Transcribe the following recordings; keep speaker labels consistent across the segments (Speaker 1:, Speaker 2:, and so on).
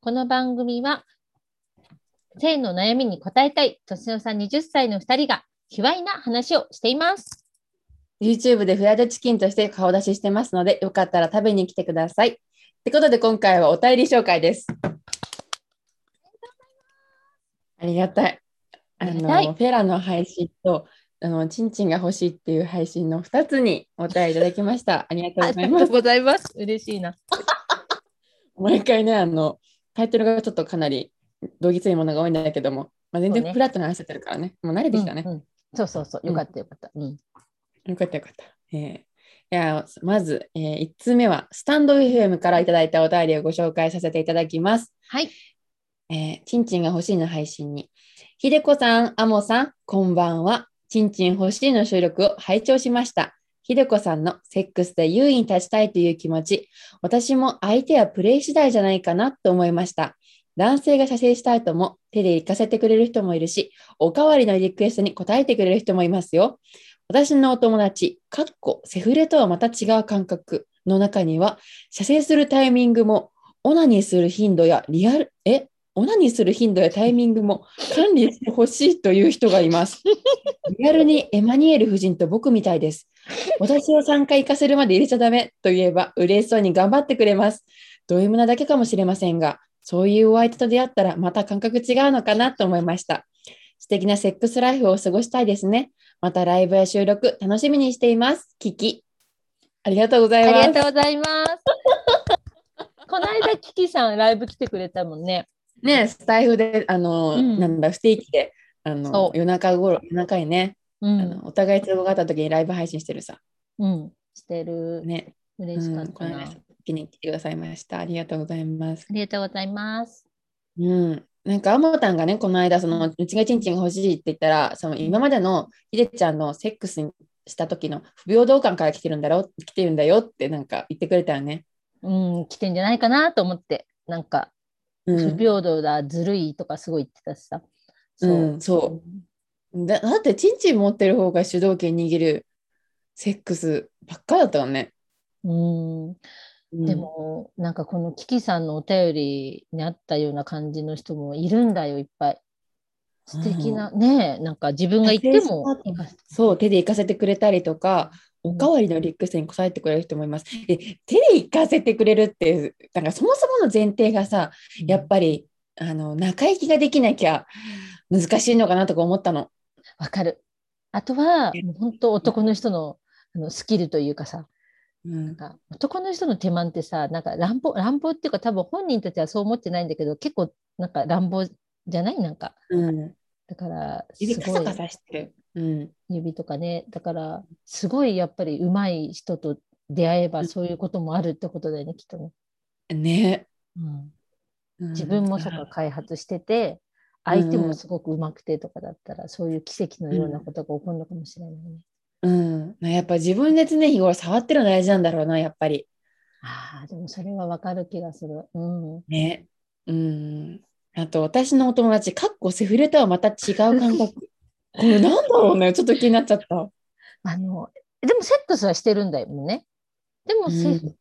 Speaker 1: この番組は、性の悩みに答えたい、年の差20歳の2人が、卑猥な話をしています。
Speaker 2: YouTube でフライドチキンとして顔出ししてますので、よかったら食べに来てください。ってことで、今回はお便り紹介です。ありがたい。
Speaker 1: あ
Speaker 2: あ
Speaker 1: りがたい
Speaker 2: のフェラの配信とあのチンチンが欲しいっていう配信の2つにお便りいただきました。ありがとうございます。
Speaker 1: ございます。嬉しいな。
Speaker 2: 毎回ね、あのタイトルがちょっとかなりどぎついものが多いんだけども、まあ、全
Speaker 1: そうね
Speaker 2: 然フラットな話しちゃってるからね、もう慣れてきたね。
Speaker 1: うんうんそうそうそう、よかったよかった。うん。
Speaker 2: よかったよかった。えーいやまず、え1通目はスタンド FM からいただいたお便りをご紹介させていただきます。
Speaker 1: はい。
Speaker 2: えー、チンチンが欲しいの配信に。ひでこさん、あもさん、こんばんは。チンチン欲しいの収録を拝聴しました。ひでこさんのセックスで優位に立ちたいという気持ち、私も相手はプレイ次第じゃないかなと思いました。男性が射精した後も手で行かせてくれる人もいるし、おかわりのリクエストに応えてくれる人もいますよ。私のお友達、かっこセフレとはまた違う感覚の中には、射精するタイミングも、オナニーする頻度やリアル、えオナニーする頻度やタイミングも管理してほしいという人がいます。リアルにエマニュエル夫人と僕みたいです。私を3回行かせるまで入れちゃダメと言えば嬉しそうに頑張ってくれます。ド M なだけかもしれませんが、そういうお相手と出会ったらまた感覚違うのかなと思いました。素敵なセックスライフを過ごしたいですね。またライブや収録楽しみにしています。キキ。ありがとうございます。
Speaker 1: ありがとうございます。 この間、キキさんライブ来てくれたもんね。
Speaker 2: ね、スタイフで、あの、
Speaker 1: うん
Speaker 2: なんだ、不定期で、あ
Speaker 1: そ
Speaker 2: の、
Speaker 1: う
Speaker 2: 夜中頃、夜中にね、
Speaker 1: う
Speaker 2: あ
Speaker 1: ん。
Speaker 2: のお互い都合があった時にライブ配信してるさ、
Speaker 1: うん。してる。
Speaker 2: ね、
Speaker 1: 嬉しかっ
Speaker 2: うんこ
Speaker 1: た
Speaker 2: の
Speaker 1: な。
Speaker 2: 間
Speaker 1: あ
Speaker 2: 時に来てくださいました。ありがとうございます。
Speaker 1: りがとうございます。
Speaker 2: うん。なんか、あもたんがね、この間、その、うちがちんちんが欲しいって言ったら、その、今までのひでちゃんのセックスにした時の不平等感から来てるんだろう、来てるんだよってなんか言ってくれたよね。
Speaker 1: うん、来てんじゃないかなと思って、なんか、
Speaker 2: う
Speaker 1: 不
Speaker 2: ん。
Speaker 1: 平等だ、ずるいとかすごい言ってたしさ。そうう。
Speaker 2: ん、そう。だだって、ちんちん持ってる方が主導権握るセックスばっかだったよね。
Speaker 1: うん。
Speaker 2: うん
Speaker 1: でも、なんかこのキキさんのお便りにあったような感じの人もいるんだよ、いっぱい。素敵な、ねえ、なんか自分が行っても
Speaker 2: 達成した後
Speaker 1: 行か
Speaker 2: そう、手で行かせてくれたりとか、おかわりのリクエストに応えてくれる人もいます。で、手で行かせてくれるって、なんかそもそもの前提がさ、やっぱり、あの、仲行きができなきゃ難しいのかなとか思ったの。
Speaker 1: わかる。あとは、もう本当男の人のあのスキルというかさ、
Speaker 2: うん、
Speaker 1: なんか男の人の手間ってさ、なんか乱暴、乱暴っていうか多分本人たちはそう思ってないんだけど、結構なんか乱暴じゃないなんか。
Speaker 2: うん、
Speaker 1: だから、す
Speaker 2: 指カ
Speaker 1: ご
Speaker 2: サ
Speaker 1: い
Speaker 2: カサしてる。うん、
Speaker 1: 指とかね。だから、すごいやっぱり上手い人と出会えば
Speaker 2: うん
Speaker 1: そういうこともあるってことだよね、きっとね。
Speaker 2: ね、
Speaker 1: うん、
Speaker 2: うん
Speaker 1: 自分もそっか開発してて、相手もすごく上手くてとかだったら、そういう奇跡のようなことが起こるのかもしれないね。
Speaker 2: うん、やっぱ自分で常日頃触ってるの大事なんだろうな、やっぱり。
Speaker 1: ああ、でもそれはわかる気がする。うん。
Speaker 2: ね。うん。あと、私のお友達、かっこセフレとはまた違う感 覚。これなんだろうね、ちょっと気になっちゃった。
Speaker 1: あの、でもセックスはしてるんだよね。でもセ,、
Speaker 2: うん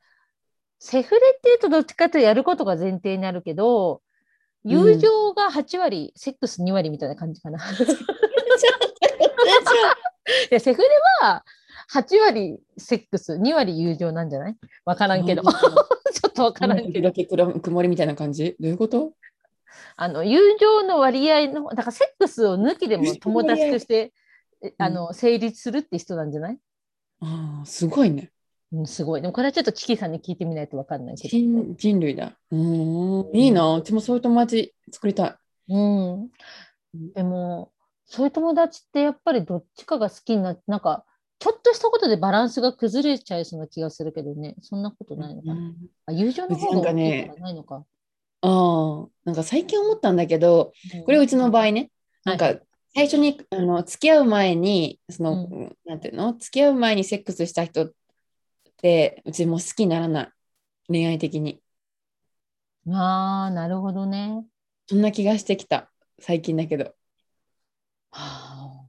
Speaker 1: セフレっていうとどっちかというとやることが前提になるけど、友情が8割、セックス2割みたいな感じかな。いや、セフレは8割セックス、2割友情なんじゃないわからんけど。ちょ っとわからんけど。
Speaker 2: 時々曇りみたいな感じどういうこと
Speaker 1: あの友情の割合のだからセックスを抜きでも友達としてえあの成立するって人なんじゃない、
Speaker 2: ああ、すごいね。
Speaker 1: うん、すごいでもこれはちょっとチキさんに聞いてみないと分かんないけど、
Speaker 2: 人人類だ。うーん。いいな。うちもそういう友達作りた
Speaker 1: うん、でもそういう友達ってやっぱりどっちかが好きになってなんかちょっとしたことでバランスが崩れちゃいそうな気がするけどねそんなこと
Speaker 2: い。
Speaker 1: ないのかな、
Speaker 2: うん
Speaker 1: あ友情の方
Speaker 2: なん
Speaker 1: が大
Speaker 2: か
Speaker 1: きい
Speaker 2: ね
Speaker 1: からないのか、
Speaker 2: ああ、なんか最近思ったんだけど、これうちの場合ね、な
Speaker 1: は
Speaker 2: んか
Speaker 1: い
Speaker 2: 最初にあの付き合う前に、その、
Speaker 1: う
Speaker 2: なんていうの付き合う前にセックスした人って、うちもう好きにならない。恋愛的に。
Speaker 1: ああなるほどね
Speaker 2: そんな気がしてきた。最近だけど。
Speaker 1: はあ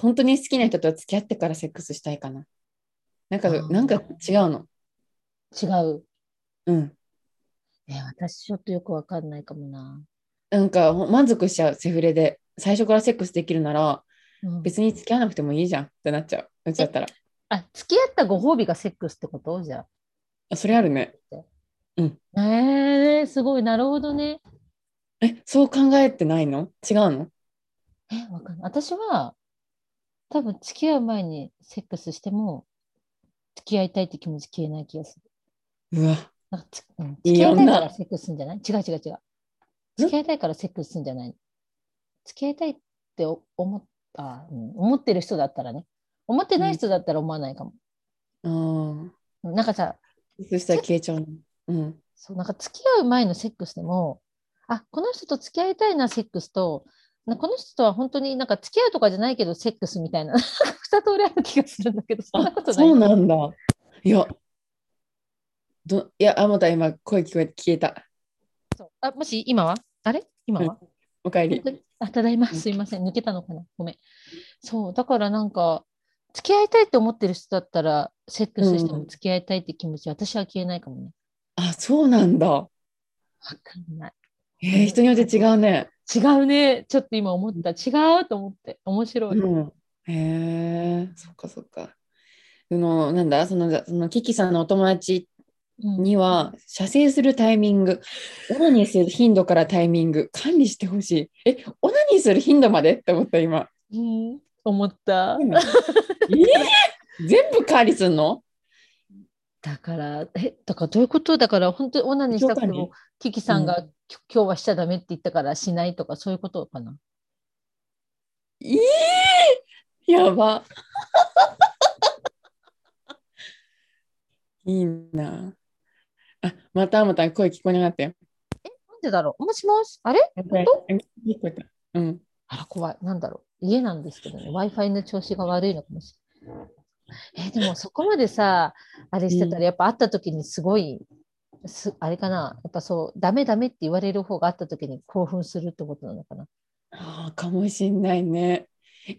Speaker 2: 本当に好きな人と付き合ってからセックスしたいかな。なんか
Speaker 1: あ、ー
Speaker 2: なんか違うの。
Speaker 1: 違う
Speaker 2: うん。
Speaker 1: えー私ちょっとよくわかんないかもな。
Speaker 2: なんかほ満足しちゃうセフレで最初からセックスできるなら
Speaker 1: うん
Speaker 2: 別に付き合わなくてもいいじゃんってなっちゃううちだったら
Speaker 1: あ、付き合ったご褒美がセックスってことじゃ
Speaker 2: あそれあるね
Speaker 1: あ。えー、すごい、なるほどね。
Speaker 2: えそう考えてないの違うの
Speaker 1: え、わかんない。私は、多分付き合う前にセックスしても、付き合いたいって気持ち消えない気がする。
Speaker 2: うわ
Speaker 1: なんかつうん
Speaker 2: い
Speaker 1: 付
Speaker 2: い
Speaker 1: き合いたい
Speaker 2: 女
Speaker 1: からセックスするんじゃない違う違う違う。付き合いたいからセックスするんじゃない付き合いたいってお思った、うん思ってる人だったらね。思ってない人だったら思わないかも。
Speaker 2: あー
Speaker 1: なんかさ、
Speaker 2: そしたら消えちゃうのうん
Speaker 1: そうなんか付き合う前のセックスでも、あこの人と付き合いたいなセックスと、なこの人とは本当になんか付き合うとかじゃないけどセックスみたいな、なんか二通りある気がするんだけど、そんなこと
Speaker 2: あ
Speaker 1: な
Speaker 2: そう
Speaker 1: い。
Speaker 2: なんだいやどいやあまた今声聞こえて消えた
Speaker 1: そうあもし今はあれ今は、
Speaker 2: おかえり
Speaker 1: あただいま、すいません、抜けたのかな、ごめん。そう、だからなんか、付き合いたいって思ってる人だったら、セックスして
Speaker 2: う
Speaker 1: も
Speaker 2: ん
Speaker 1: 付き合いたいって気持ち、私は消えないかもね。
Speaker 2: あそうなんだ
Speaker 1: わかんない。
Speaker 2: えー人によって違うね
Speaker 1: 違うね、ちょっと今思った、違うと思って、面白い。
Speaker 2: うんへえそっかそっかそのなんだそのそのキキさんのお友達
Speaker 1: うん
Speaker 2: には射精するタイミングオナニーする頻度からタイミング管理してほしいえオナニーする頻度までって思った今
Speaker 1: うん、思った。
Speaker 2: えー全部管理すんの
Speaker 1: だから、え、だからどういうことだから、本当にオナニーしたくて
Speaker 2: 教
Speaker 1: も、キキさんが、きょ今日はしちゃダメって言ったからしないとか、そういうことかな。
Speaker 2: えー、やば いいなあまたまた声聞こえなかったよ
Speaker 1: なんでだろうもしもし、あれ
Speaker 2: 聞こえたうん
Speaker 1: あら、怖い。なんだろう。家なんですけどね、Wi-Fi の調子が悪いのかもしれない。え、でもそこまでさ、あれしてた
Speaker 2: うん
Speaker 1: ら、やっぱ会った時にすごい、すあれかな、やっぱそう、ダメダメって言われる方が会った時に興奮するってことなのかな。
Speaker 2: ああかもしんないね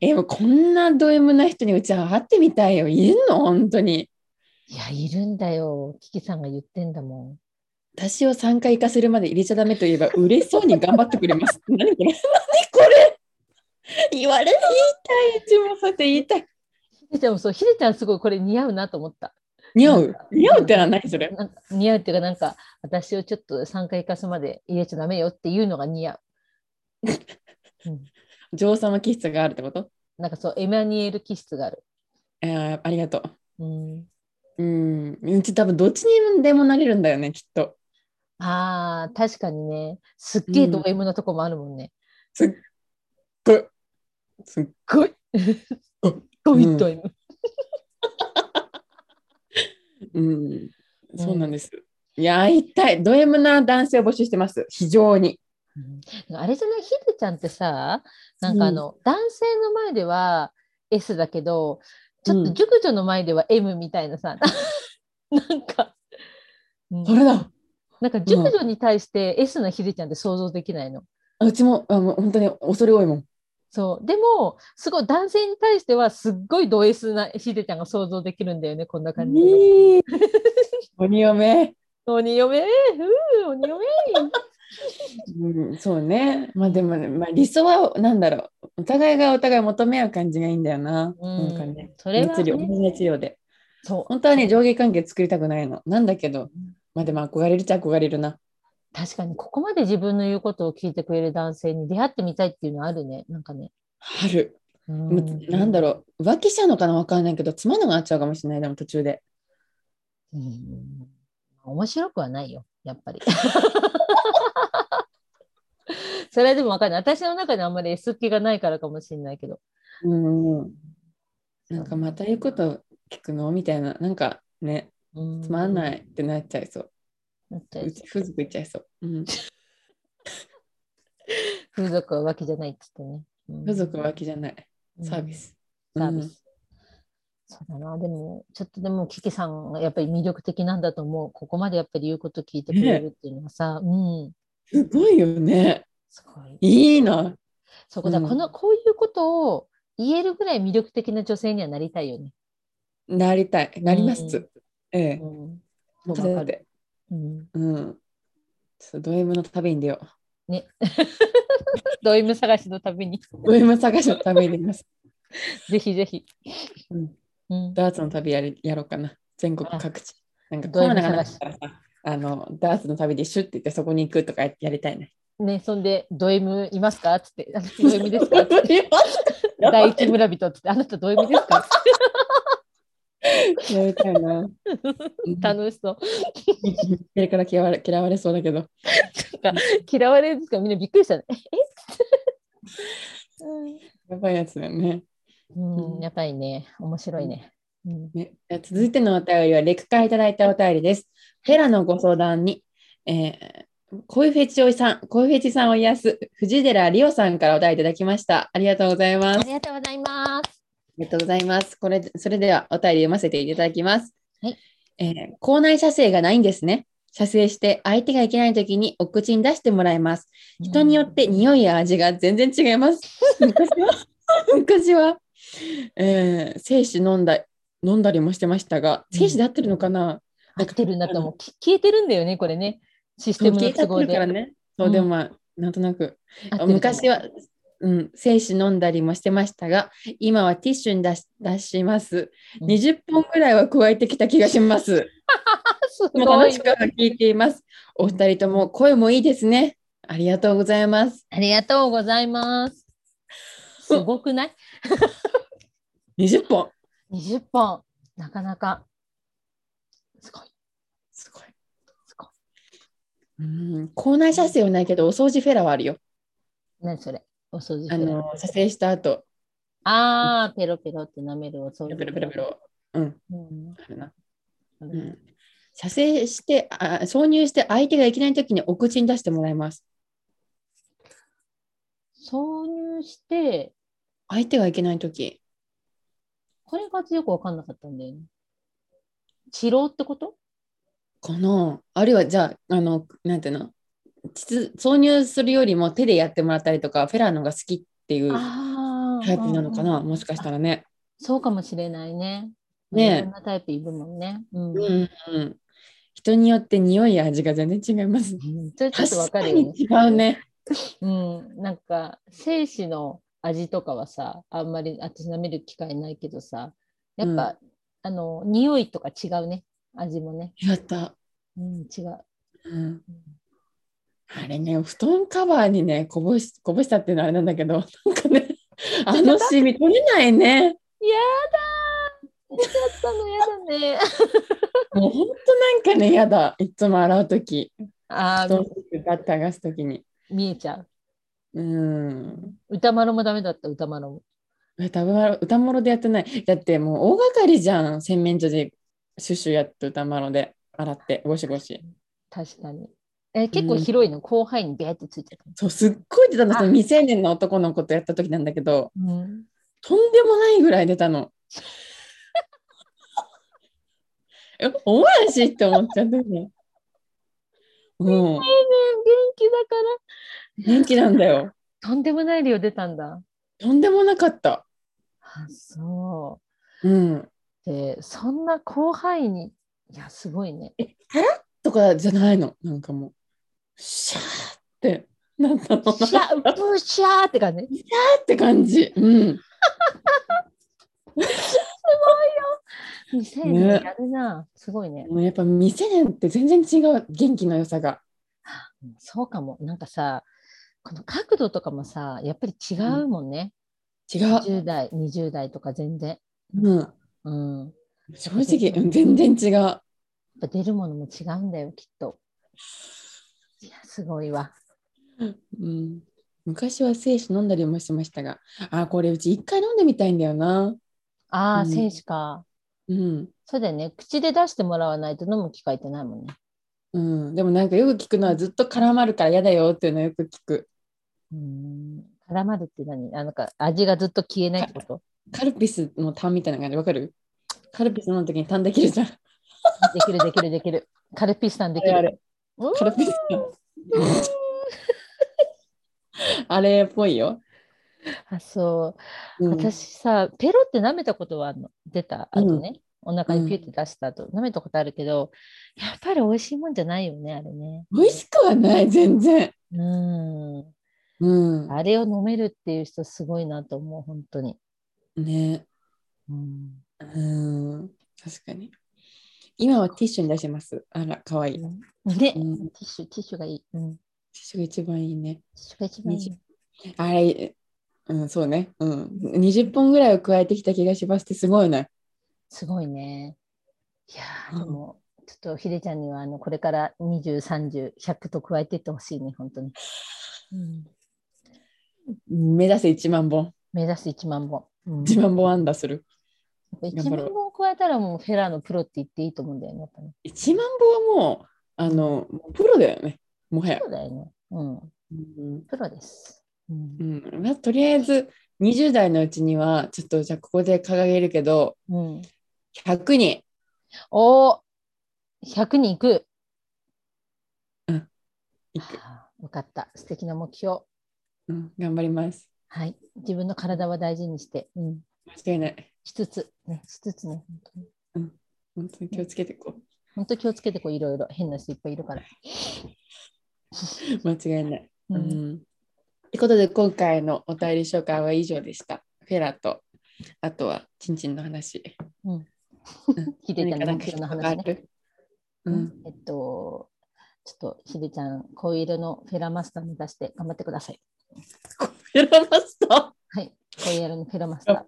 Speaker 2: えもうこんなド M な人にうちは会ってみたいよいるの本当に
Speaker 1: いや、いるんだよ。キキさんが言ってんだもん。
Speaker 2: 私を3回行かせるまで入れちゃダメと言えば嬉しそうに頑張ってくれます。 何これ何これ言われ言いたい、うちもそうやって言いたい。
Speaker 1: でもそう、ひでちゃんすごいこれ似合うなと思った。
Speaker 2: 似合う似合うってのは何それ
Speaker 1: なんか似合うっていうか、なんか、私をちょっと3回かすまで入れちゃダメよっていうのが似合う。
Speaker 2: 女王様気質があるってこと
Speaker 1: なんかそう、エマニュエル気質がある。
Speaker 2: えーありがと
Speaker 1: うん、
Speaker 2: う。うん、うち多分どっちにでもなれるんだよね、きっと。
Speaker 1: ああ、確かにね。すっげえド M のとこもあるもんね。
Speaker 2: すっごい。すっ
Speaker 1: ごい。ごいド M。
Speaker 2: うん、そうなんです。いや、会いたい。ド M な男性を募集してます。非常に。
Speaker 1: うんあれじゃない、ひでちゃんってさ、なんかあの、男性の前では S だけど、ちょっ
Speaker 2: う
Speaker 1: と
Speaker 2: ん
Speaker 1: 熟女の前では M みたいなさ、 なんか、うん
Speaker 2: それだ。
Speaker 1: なんか熟女に対して S なひでちゃんって想像できないの。
Speaker 2: うちもあもう本当に恐れ多いもん。
Speaker 1: そう。でも、すごい男性に対してはすっごいド S なひでちゃんが想像できるんだよね、こんな感じで。
Speaker 2: ねえ 鬼嫁、
Speaker 1: 鬼嫁うー鬼嫁
Speaker 2: うん、そうねまあでも、まあ、理想はなんだろうお互いがお互い求め合う感じがいいんだよな,、
Speaker 1: うん
Speaker 2: なんかね
Speaker 1: それは
Speaker 2: 熱量
Speaker 1: ね
Speaker 2: 同じ熱量で
Speaker 1: そう。
Speaker 2: 本当はね上下関係作りたくないのなんだけどまあでも憧れるっちゃ憧れるな
Speaker 1: 確かに、ここまで自分の言うことを聞いてくれる男性に出会ってみたいっていうのはあるね。なんかね。
Speaker 2: ある、
Speaker 1: う
Speaker 2: もうんなんだろう浮気しちゃうのかなわかんないけどつまんなくなっちゃうかもしれないでも途中で
Speaker 1: うん面白くはないよ、やっぱり。 それはでも分かんない。私の中であんまり S 気がないからかもしれないけど。
Speaker 2: うんうんなんかまた言うこと聞くのみたいななんかねつ
Speaker 1: つ。
Speaker 2: まんないいってなっちゃいそう
Speaker 1: なっちゃ
Speaker 2: う
Speaker 1: う
Speaker 2: ち風俗行っちゃいそう、うん、
Speaker 1: 風俗は浮気じゃないっつってね。うん
Speaker 2: 風俗は浮気じゃないサービ。ス。
Speaker 1: うんサービス。そうだな。でも、ちょっとでも、キキさんがやっぱり魅力的なんだと思う。ここまでやっぱり言うこと聞いてくれるっていうのはさ、うん。
Speaker 2: うん。すごいよね。
Speaker 1: すごい。
Speaker 2: いいな。
Speaker 1: そこだ、
Speaker 2: うん
Speaker 1: この、こういうことを言えるぐらい魅力的な女性にはなりたいよね。
Speaker 2: なりたい。なります。
Speaker 1: うん
Speaker 2: ええ。
Speaker 1: うん。
Speaker 2: そ
Speaker 1: わ
Speaker 2: うだ
Speaker 1: か
Speaker 2: っ
Speaker 1: る。
Speaker 2: て。
Speaker 1: うん。
Speaker 2: うん。ちょっとド M の旅に出よ
Speaker 1: ド M 探しのために、
Speaker 2: う。ド M 探しの旅に出ます。
Speaker 1: ぜひぜひ。
Speaker 2: うん
Speaker 1: うん、
Speaker 2: ダーツの旅やりやろうかな。全国各地。なんかコ
Speaker 1: ド
Speaker 2: ロ
Speaker 1: M
Speaker 2: ナがなかったらさ、あの、ダーツの旅でシュッて言ってそこに行くとかややりたいね。
Speaker 1: ね、そんで、ド M いますかっつって、あな たド M ですかっつって、
Speaker 2: やば
Speaker 1: 第
Speaker 2: い
Speaker 1: 一村人っつって、あなたド M ですかっつっ
Speaker 2: やりたいな。うん
Speaker 1: て 楽しそう。
Speaker 2: これから嫌われ嫌われそうだけど。
Speaker 1: 嫌われるんですからみんなびっくりしたね。えっつって
Speaker 2: やばいやつだよね。
Speaker 1: うん、やっぱりね、面白いね。うん、
Speaker 2: ね、続いてのお便りは、レクからいただいたお便りです。フェラのご相談に、えー、恋フェチおじさん、恋フェチさんを癒す藤寺理央さんからお便りいただきました。ありがとうございます。
Speaker 1: あ
Speaker 2: あ
Speaker 1: りがとうございます。
Speaker 2: りがとうございます。これ、それではお便り読ませていただきます。
Speaker 1: はい
Speaker 2: えー校内射精がないんですね。射精して相手がいけないときにお口に出してもらいます。人によって匂いや味が全然違います。昔は昔は、えー、精子飲んだ飲んだりもしてましたが、
Speaker 1: うん
Speaker 2: 精子で合ってるのかな。
Speaker 1: 合ってるんだと思う。き消えてるんだよね、これね。シス
Speaker 2: そ
Speaker 1: テ
Speaker 2: う
Speaker 1: ムの
Speaker 2: 消えちゃ
Speaker 1: 都
Speaker 2: って
Speaker 1: 合
Speaker 2: るから
Speaker 1: で。
Speaker 2: ね。そううんでもまあなんとなく
Speaker 1: 合ってると思う
Speaker 2: 昔は。うん、精子飲んだりもしてましたが今はティッシュに出し出します
Speaker 1: うん
Speaker 2: 20本ぐらいは加えてきた気がします
Speaker 1: あす
Speaker 2: でも
Speaker 1: ご
Speaker 2: 楽
Speaker 1: い
Speaker 2: しく聞いていますお二人とも声もいいですねありがとうございます
Speaker 1: ありがとうございます。すごくない
Speaker 2: 20本
Speaker 1: ?20 本。なかなか。すごい。
Speaker 2: すごい。
Speaker 1: すごい
Speaker 2: うん、校内射精はないけど、お掃除フェラはあるよ。
Speaker 1: 何それお掃除
Speaker 2: あ
Speaker 1: フェラ
Speaker 2: の、射精した後、
Speaker 1: あー、ペロペロって舐めるお掃
Speaker 2: ペ
Speaker 1: 除フ
Speaker 2: ロペ
Speaker 1: ェラ。
Speaker 2: ロペロペロ。うん、
Speaker 1: うん。
Speaker 2: あるな。うん。射精して、あ挿入して相手がいけないときにお口に出してもらいます。
Speaker 1: 挿入して、
Speaker 2: 相手がいけないとき。
Speaker 1: これがよくわかんなかったんだよね。治療ってこと
Speaker 2: かなあるいは、じゃあ、あの、なんていうの膣挿入するよりも手でやってもらったりとか、フェラのが好きっていう
Speaker 1: あー
Speaker 2: タイプなのか
Speaker 1: うん
Speaker 2: なもしかしたらね。
Speaker 1: そうかもしれないね。
Speaker 2: ねえ
Speaker 1: いろんなタイプいるもんね。うん。
Speaker 2: うんうんうん。人によって匂いや味が全然違います。
Speaker 1: うんそれちょっとわ
Speaker 2: 確
Speaker 1: か
Speaker 2: か
Speaker 1: るよね
Speaker 2: に。違うね。
Speaker 1: うん、なんか精子の味とかはさあんまり私舐める機会ないけどさやっぱ、あの匂いとか違うね味もね、
Speaker 2: やった。
Speaker 1: うん、違う、
Speaker 2: うんあれね、布団カバーにね、こぼし、こぼしたっていうのはあれなんだけど、 なんかね、あのシミ取れないね。
Speaker 1: ちょっとのやだね
Speaker 2: もうほんとなんかね、やだ。いつも洗うとき、
Speaker 1: あ
Speaker 2: 布団
Speaker 1: ー
Speaker 2: をガッて剥がすときに。
Speaker 1: 見えちゃう
Speaker 2: うん。
Speaker 1: 歌丸もダメだった歌丸も
Speaker 2: 歌まろ、歌まろでやってない。だってもう大掛かりじゃん。洗面所でシュッシュやって歌まろで洗って、ゴシゴシ。
Speaker 1: 確かにえ結構広いの、広範囲にビャーってついてた、
Speaker 2: そう、すっごい出たんです
Speaker 1: あ
Speaker 2: 未成年の男の子とやったときなんだけど、
Speaker 1: うん、
Speaker 2: とんでもないぐらい出たの。え、思わんしって思っちゃったね。うん、
Speaker 1: 元気だか
Speaker 2: 元気なんだよ。
Speaker 1: らとんでもない量出たんだ
Speaker 2: とんでもなかった。
Speaker 1: あそ
Speaker 2: うん。
Speaker 1: うでそんな広範囲にいやすごいね
Speaker 2: とかじゃないの。なんかもう、シャーってなったの。シ
Speaker 1: シ
Speaker 2: ャ
Speaker 1: ャーブシャーって感じ
Speaker 2: ーって感じ。うん。
Speaker 1: 2000
Speaker 2: ね
Speaker 1: 円やるな、すごいね。
Speaker 2: もうやっぱ未成年って全然違う元気の良さが。
Speaker 1: そうかも。なんかさ、この角度とかもさ、やっぱり違うもんね。
Speaker 2: 違う。
Speaker 1: 10代、20代とか全然。
Speaker 2: うん。
Speaker 1: うん。やっ
Speaker 2: 正直、うん全然違う。
Speaker 1: ぱ出るものも違うんだよ、きっと。いや、すごいわ。
Speaker 2: うん、昔は精子飲んだりもしてましたが、あーこれうち一回飲んでみたいんだよな。
Speaker 1: ああ、
Speaker 2: うん
Speaker 1: 選手か。
Speaker 2: うん、
Speaker 1: そうだよね。口で出してもらわないと飲む機会ってないもんね。
Speaker 2: うん、でもなんかよく聞くのはずっと絡まるから嫌だよっていうのをよく聞く。
Speaker 1: うん。絡まるって何あなんか味がずっと消えないってこと
Speaker 2: カルピスの痰みたいな感じわかるカルピス飲んだ時に痰できるじゃん。
Speaker 1: できるできるできる。カルピスさんできる。うん
Speaker 2: カルピス のあれっぽいよ。
Speaker 1: あ、そう。
Speaker 2: うん、
Speaker 1: 私さ、ペロって舐めたことはあるの。出た後ね。お腹にピュって出した後、舐めたことあるけど、やっぱり美味しいもんじゃないよね、あれね。
Speaker 2: 美味しくはない、全然。
Speaker 1: うん。
Speaker 2: うん。
Speaker 1: あれを飲めるっていう人すごいなと思う、本当に。
Speaker 2: ね。
Speaker 1: うん。
Speaker 2: うん。確かに。今はティッシュに出してます。あら、かわいい。
Speaker 1: ね、
Speaker 2: テうん
Speaker 1: ティッシュ、ティッシュがいい。うん。テ
Speaker 2: ィッシュが一番いいね。
Speaker 1: ィッシュが一番いい。
Speaker 2: あれ、うん、そうね。うん。20本ぐらいを加えてきた気がしますってすごいね。
Speaker 1: すごいね。いや
Speaker 2: う
Speaker 1: ー、
Speaker 2: ん
Speaker 1: でも、ちょっとひでちゃんには、あの、これから20、30、100と加えていってほしいね、本当に。うん、
Speaker 2: 目指せ1万本。
Speaker 1: 目指す1万本。うん、
Speaker 2: 1万本安打する。
Speaker 1: 1万本加えたらもうフェラーのプロって言っていいと思うんだよね、やっぱね。
Speaker 2: 1万本はもう、あの、もうプロだよね。もはや
Speaker 1: そ。うだよね。うん、
Speaker 2: うん
Speaker 1: プロです。うん
Speaker 2: う、んまあ、とりあえず20代のうちにはちょっとじゃあここで掲げるけど
Speaker 1: うん、
Speaker 2: 100人
Speaker 1: おお !100 人いく
Speaker 2: いく、
Speaker 1: はあ分かった。素敵な目標。
Speaker 2: うん、頑張ります
Speaker 1: はい。自分の体は大事にして、うん、
Speaker 2: 間違いない
Speaker 1: しつつ、ね、しつつね、本当に。
Speaker 2: 本当に気をつけていこ
Speaker 1: 本当気をつけてこういろいろ変な人いっぱいいるから。
Speaker 2: う間違いない、う
Speaker 1: うん
Speaker 2: ん、ってことで今回のお便り紹介は以上でしたフェラとあとはチンチンの話
Speaker 1: ひでちゃんの
Speaker 2: 何
Speaker 1: 目
Speaker 2: か
Speaker 1: 標
Speaker 2: 何
Speaker 1: の
Speaker 2: かあ
Speaker 1: 話ね。
Speaker 2: る、うん、
Speaker 1: えっと、ちょっとひでちゃん、声色のフェラマスター目指して頑張ってください。
Speaker 2: フェラマスタ
Speaker 1: はい、声色のフェラマス ター。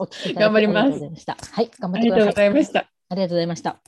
Speaker 1: お聞きいただき
Speaker 2: 頑張ります
Speaker 1: あがとうございしたはい、頑張
Speaker 2: あ
Speaker 1: って
Speaker 2: り
Speaker 1: く
Speaker 2: がと
Speaker 1: だ
Speaker 2: うご
Speaker 1: さ
Speaker 2: ざ
Speaker 1: い。
Speaker 2: いました
Speaker 1: ありがとうございました。